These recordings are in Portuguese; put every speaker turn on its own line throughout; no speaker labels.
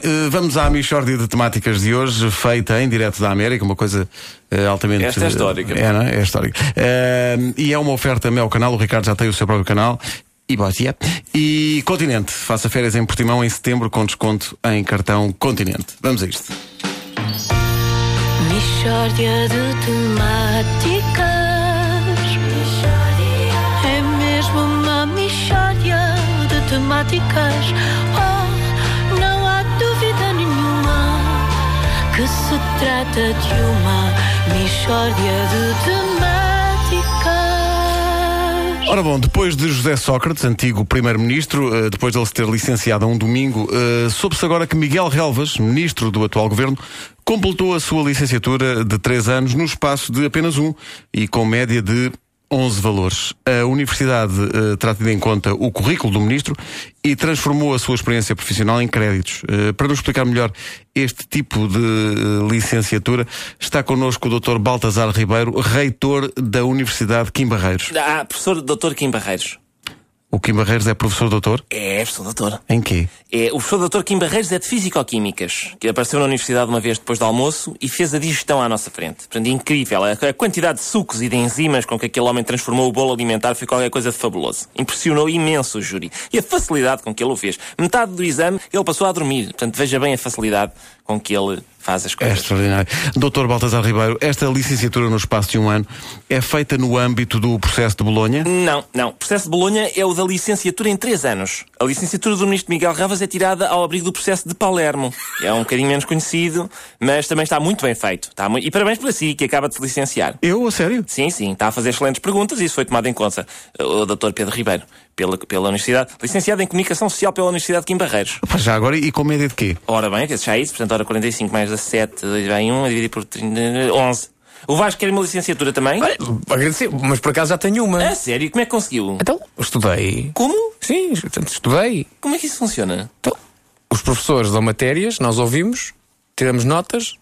eh, vamos à Michórdia de Temáticas de hoje, feita em direto da América, uma coisa eh, altamente.
Esta é histórica.
É, não é? É histórica. Eh, e é uma oferta meu canal, o Ricardo já tem o seu próprio canal. E boas, yeah. E Continente, faça férias em Portimão em setembro com desconto em cartão Continente. Vamos a isto.
Mishória de temáticas É mesmo uma mishória de temáticas Oh, não há dúvida nenhuma Que se trata de uma mishória de temáticas
Ora bom, depois de José Sócrates, antigo primeiro-ministro, eh, depois de ele se ter licenciado a um domingo, eh, soube-se agora que Miguel Relvas, ministro do atual governo, completou a sua licenciatura de três anos no espaço de apenas um e com média de 11 valores. A universidade eh, terá tido em conta o currículo do ministro e transformou a sua experiência profissional em créditos. Eh, para nos explicar melhor este tipo de eh, licenciatura, está connosco o Dr. Baltazar Ribeiro, reitor da Universidade Kim Barreiros.
Ah, professor Dr. Kim Barreiros.
O Kim Barreiros é professor doutor?
É, professor doutor.
Em quê?
É, o professor Dr. Kim Barreiros é de Físico-Químicas, que apareceu na universidade uma vez depois do almoço e fez a digestão à nossa frente. Portanto, incrível. A, a quantidade de sucos e de enzimas com que aquele homem transformou o bolo alimentar foi qualquer coisa de fabuloso. Impressionou imenso o júri. E a facilidade com que ele o fez. Metade do exame, ele passou a dormir. Portanto, veja bem a facilidade com que ele faz as
É
coisas.
extraordinário. Doutor Baltazar Ribeiro, esta licenciatura no espaço de um ano é feita no âmbito do processo de Bolonha?
Não, não. O processo de Bolonha é o da licenciatura em três anos. A licenciatura do ministro Miguel Ravas é tirada ao abrigo do processo de Palermo. É um bocadinho menos conhecido, mas também está muito bem feito. Está mu- E parabéns para si, que acaba de se licenciar.
Eu, a sério?
Sim, sim, está a fazer excelentes perguntas e isso foi tomado em conta. Eh, O Dr. Pedro Ribeiro, pela, pela Universidade, licenciado em Comunicação Social pela Universidade de Quim Barreiros.
Pá, Já agora, e com média de quê?
Ora bem, que já é isso, portanto, ora 45 mais 17, vai 1, dividido por 30, 11. O Vasco quer uma licenciatura também?
Olha, agradecer, mas por acaso já tenho uma.
A sério, como é que conseguiu?
Então, estudei.
Como?
Sim, portanto, estudei.
Como é que isso funciona?
Então, os professores dão matérias, nós ouvimos, tiramos notas,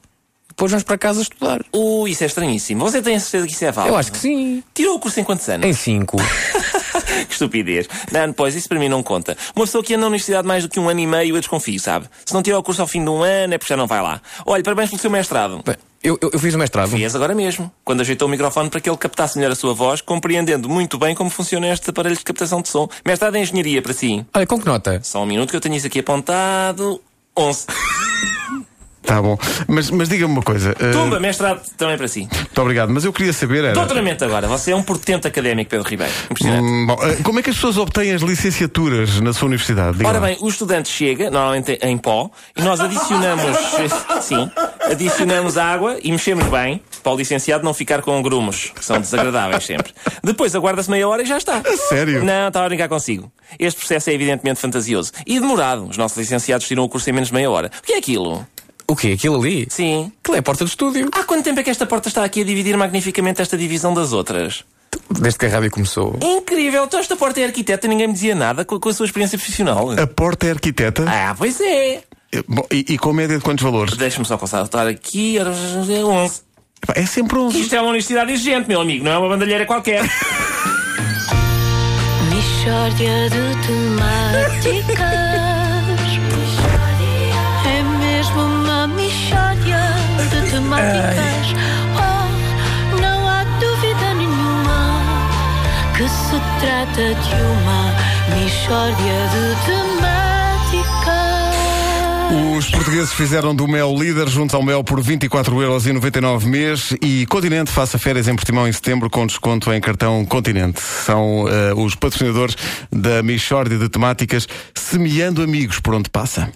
depois vamos para casa estudar.
Uh, isso é estranhíssimo. Você tem a certeza que isso é válido?
Eu acho que sim.
Tirou o curso em quantos anos?
Em cinco.
que estupidez. Não, pois, isso para mim não conta. Uma pessoa que anda na universidade mais do que um ano e meio, eu desconfio, sabe? Se não tirar o curso ao fim de um ano, é porque já não vai lá. Olha, parabéns pelo seu mestrado.
Bem, eu, eu, eu fiz o mestrado.
Fez agora mesmo, quando ajeitou o microfone para que ele captasse melhor a sua voz, compreendendo muito bem como funcionam estes aparelhos de captação de som. Mestrado em Engenharia, para si.
Olha, com que nota?
Só um minuto que eu tenho isso aqui apontado. 11.
Tá bom. Mas, mas diga-me uma coisa. eh,
Tumba, mestrado também para si.
muito obrigado, mas eu queria saber. Era,
Doutoramento agora. Você é um portento académico, Pedro Ribeiro. Impressionante.
Hum, bom, eh, como é que as pessoas obtêm as licenciaturas na sua universidade? Diga
Ora
lá.
bem, o estudante chega, normalmente em pó, e nós adicionamos, sim, adicionamos água e mexemos bem, para o licenciado não ficar com grumos, que são desagradáveis sempre. Depois aguarda-se meia hora e já está.
sério?
Não, estava a brincar consigo. Este processo é evidentemente fantasioso. E demorado. Os nossos licenciados tiram o curso em menos de meia hora. O que é aquilo?
O quê? Aquilo ali?
Sim.
Aquilo é a porta do estúdio.
Há quanto tempo é que esta porta está aqui a dividir magnificamente esta divisão das outras?
Desde que a rádio começou.
É incrível. Então esta porta é arquiteta e ninguém me dizia nada com a, com a sua experiência profissional.
A porta é arquiteta?
Ah, pois é.
Eh, bom, e, e com média de quantos valores?
Deixa-me só consultar aqui. ora, é 11.
Epá, É sempre 11.
Isto é uma universidade exigente, meu amigo, não é uma bandalheira qualquer.
Mishória de temáticas É mesmo uma mixória de temáticas Oh, não há dúvida nenhuma Que se trata de uma mixória de temáticas
Os portugueses fizeram do Mel líder junto ao Mel por 24,99€ mês e Continente faça férias em Portimão em setembro com desconto em cartão Continente. São eh, os patrocinadores da Michórdia de Temáticas Semeando Amigos por onde passa.